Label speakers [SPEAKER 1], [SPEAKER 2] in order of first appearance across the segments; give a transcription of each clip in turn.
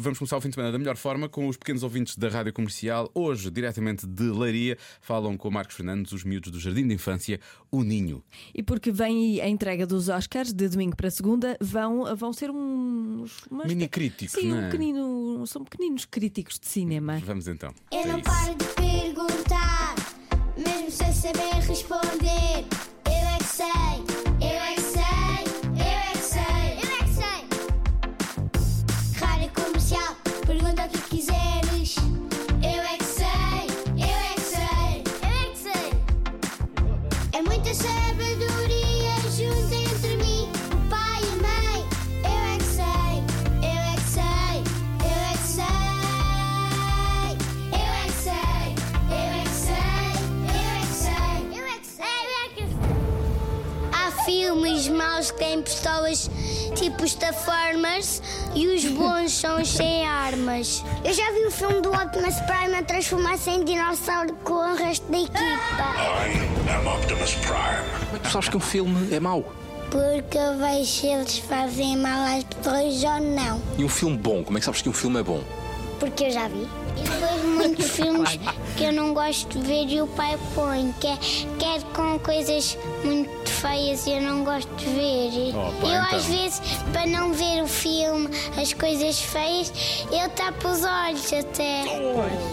[SPEAKER 1] Vamos começar o fim de semana da melhor forma com os pequenos ouvintes da rádio comercial. Hoje, diretamente de Leiria, falam com o Marcos Fernandes, os miúdos do Jardim de Infância, o Ninho.
[SPEAKER 2] E porque vem aí a entrega dos Oscars de domingo para segunda, vão, vão ser uns. umas-
[SPEAKER 1] Mini críticos,
[SPEAKER 2] Sim,
[SPEAKER 1] não
[SPEAKER 2] um
[SPEAKER 1] é?
[SPEAKER 2] pequenino- são pequeninos críticos de cinema.
[SPEAKER 1] Vamos então.
[SPEAKER 3] Eu
[SPEAKER 1] É
[SPEAKER 3] não
[SPEAKER 1] isso.
[SPEAKER 3] paro de perguntar, mesmo sem saber responder. Eu é que sei, eu é que sei, eu é que sei, eu é que sei. Rádio comercial, pergunta o que quiseres. Eu é que sei, eu é que sei, eu é que sei. É muita sabedoria junta entre mim, o pai e a mãe. Eu é que sei, eu é que sei, eu é que sei. Eu é que sei, eu é que sei, eu é que sei, eu é que sei, eu é que Há filmes maus que têm pistolas tipo os da Farmers e os bons são os sem armas. Eu já vi o filme do Optimus Prime a transformar-se em dinossauro com o resto da equipa.
[SPEAKER 4] I am Optimus Prime.
[SPEAKER 5] Como é que tu sabes que um filme é mau?
[SPEAKER 3] Porque eu vejo se eles fazem mal às pessoas ou não.
[SPEAKER 5] E um filme bom, como é que sabes que um filme é bom?
[SPEAKER 3] Porque eu já vi. E depois muitos filmes que eu não gosto de ver e o pai põe, que é, que é com coisas muito feias e eu não gosto de ver.
[SPEAKER 1] Oh, pá,
[SPEAKER 3] eu
[SPEAKER 1] então.
[SPEAKER 3] às vezes, para não ver o filme, as coisas feias, eu tapo os olhos até.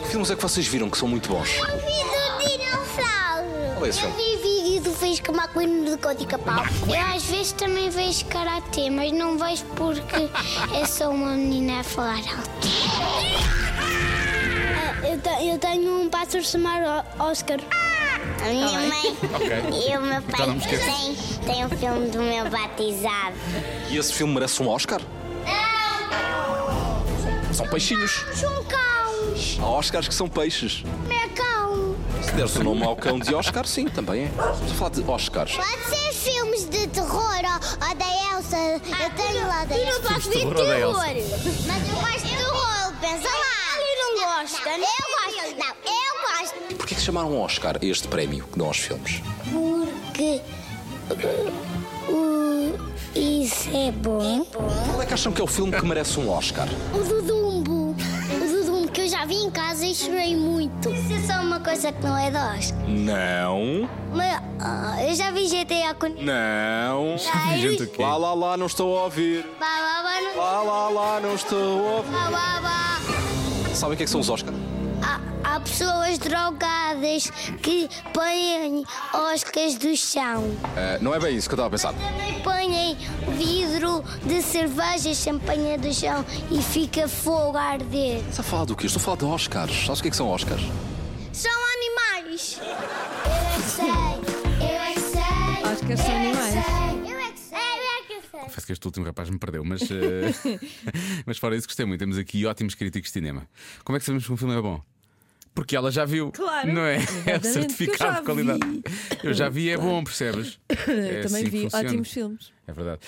[SPEAKER 5] Que filmes é que vocês viram que são muito bons?
[SPEAKER 3] Eu vi do dinossauro.
[SPEAKER 5] Qual é esse
[SPEAKER 3] eu
[SPEAKER 5] filme?
[SPEAKER 3] vi vídeo do Fez com Macuino do Código Pau. Eu às vezes também vejo karatê, mas não vejo porque é só uma menina a falar alto. Eu, tenho um pássaro chamado Oscar.
[SPEAKER 1] Ah!
[SPEAKER 3] A minha mãe
[SPEAKER 1] Ok.
[SPEAKER 3] e o meu
[SPEAKER 1] Então
[SPEAKER 3] pai
[SPEAKER 1] Tá não me esqueças.
[SPEAKER 3] têm tem o filme do meu batizado.
[SPEAKER 5] E esse filme merece um Oscar? São peixinhos.
[SPEAKER 1] um
[SPEAKER 3] São cãos.
[SPEAKER 5] Há Oscars que são peixes.
[SPEAKER 3] Meu cão.
[SPEAKER 5] Se deres o nome ao cão de Oscar, sim, também é. Estamos a falar de Oscars.
[SPEAKER 3] Pode ser filmes de terror ou, ou da Elsa. Ah, eu tenho lá da Elsa. Eu não
[SPEAKER 1] gosto de terror ou da Elsa?
[SPEAKER 3] Mas eu gosto de terror, pensa lá. Ele não gosta, não, Eu gosto, não, eu gosto.
[SPEAKER 5] Porquê que chamaram Oscar a este prémio que dão aos filmes?
[SPEAKER 3] Porque o, isso é bom.
[SPEAKER 5] Qual é que acham que é o filme que merece um Oscar?
[SPEAKER 3] O Dudumbo. O Dudumbo que eu já vi em casa e chorei muito. Isso é só uma coisa que não é dós.
[SPEAKER 5] Não.
[SPEAKER 3] Mas ah, eu já vi GTA com...
[SPEAKER 5] Não.
[SPEAKER 1] Gente, aqui.
[SPEAKER 5] Lá, lá, lá, não estou a ouvir.
[SPEAKER 3] Bá, bá, bá, não-
[SPEAKER 5] Lá, lá, lá, não estou a ouvir.
[SPEAKER 3] bá, bá, bá.
[SPEAKER 5] Sabem o que é que são os Oscars?
[SPEAKER 3] Há, há pessoas drogadas que põem oscas do chão.
[SPEAKER 5] não é bem isso que eu estava a pensar.
[SPEAKER 3] Também põem vidro de cerveja, champanhe do chão e fica fogo a arder.
[SPEAKER 5] Estás a falar do quê? Estou a falar de Oscars. Sabes o que é que são Oscars?
[SPEAKER 3] São animais. Eu é que sei, eu é que sei.
[SPEAKER 2] Oscars são animais.
[SPEAKER 3] Eu é que sei, eu é que sei.
[SPEAKER 1] Confesso que este último rapaz me perdeu, mas, eh, mas fora isso gostei muito. Temos aqui ótimos críticos de cinema. Como é que sabemos que um filme é bom? Porque ela já viu.
[SPEAKER 2] Claro.
[SPEAKER 1] Não é? É o
[SPEAKER 2] Exatamente, que eu
[SPEAKER 1] certificado
[SPEAKER 2] já
[SPEAKER 1] de qualidade.
[SPEAKER 2] vi.
[SPEAKER 1] Eu já vi, é bom, percebes? É
[SPEAKER 2] Também
[SPEAKER 1] assim que
[SPEAKER 2] vi
[SPEAKER 1] funciona.
[SPEAKER 2] ótimos filmes.
[SPEAKER 1] É verdade.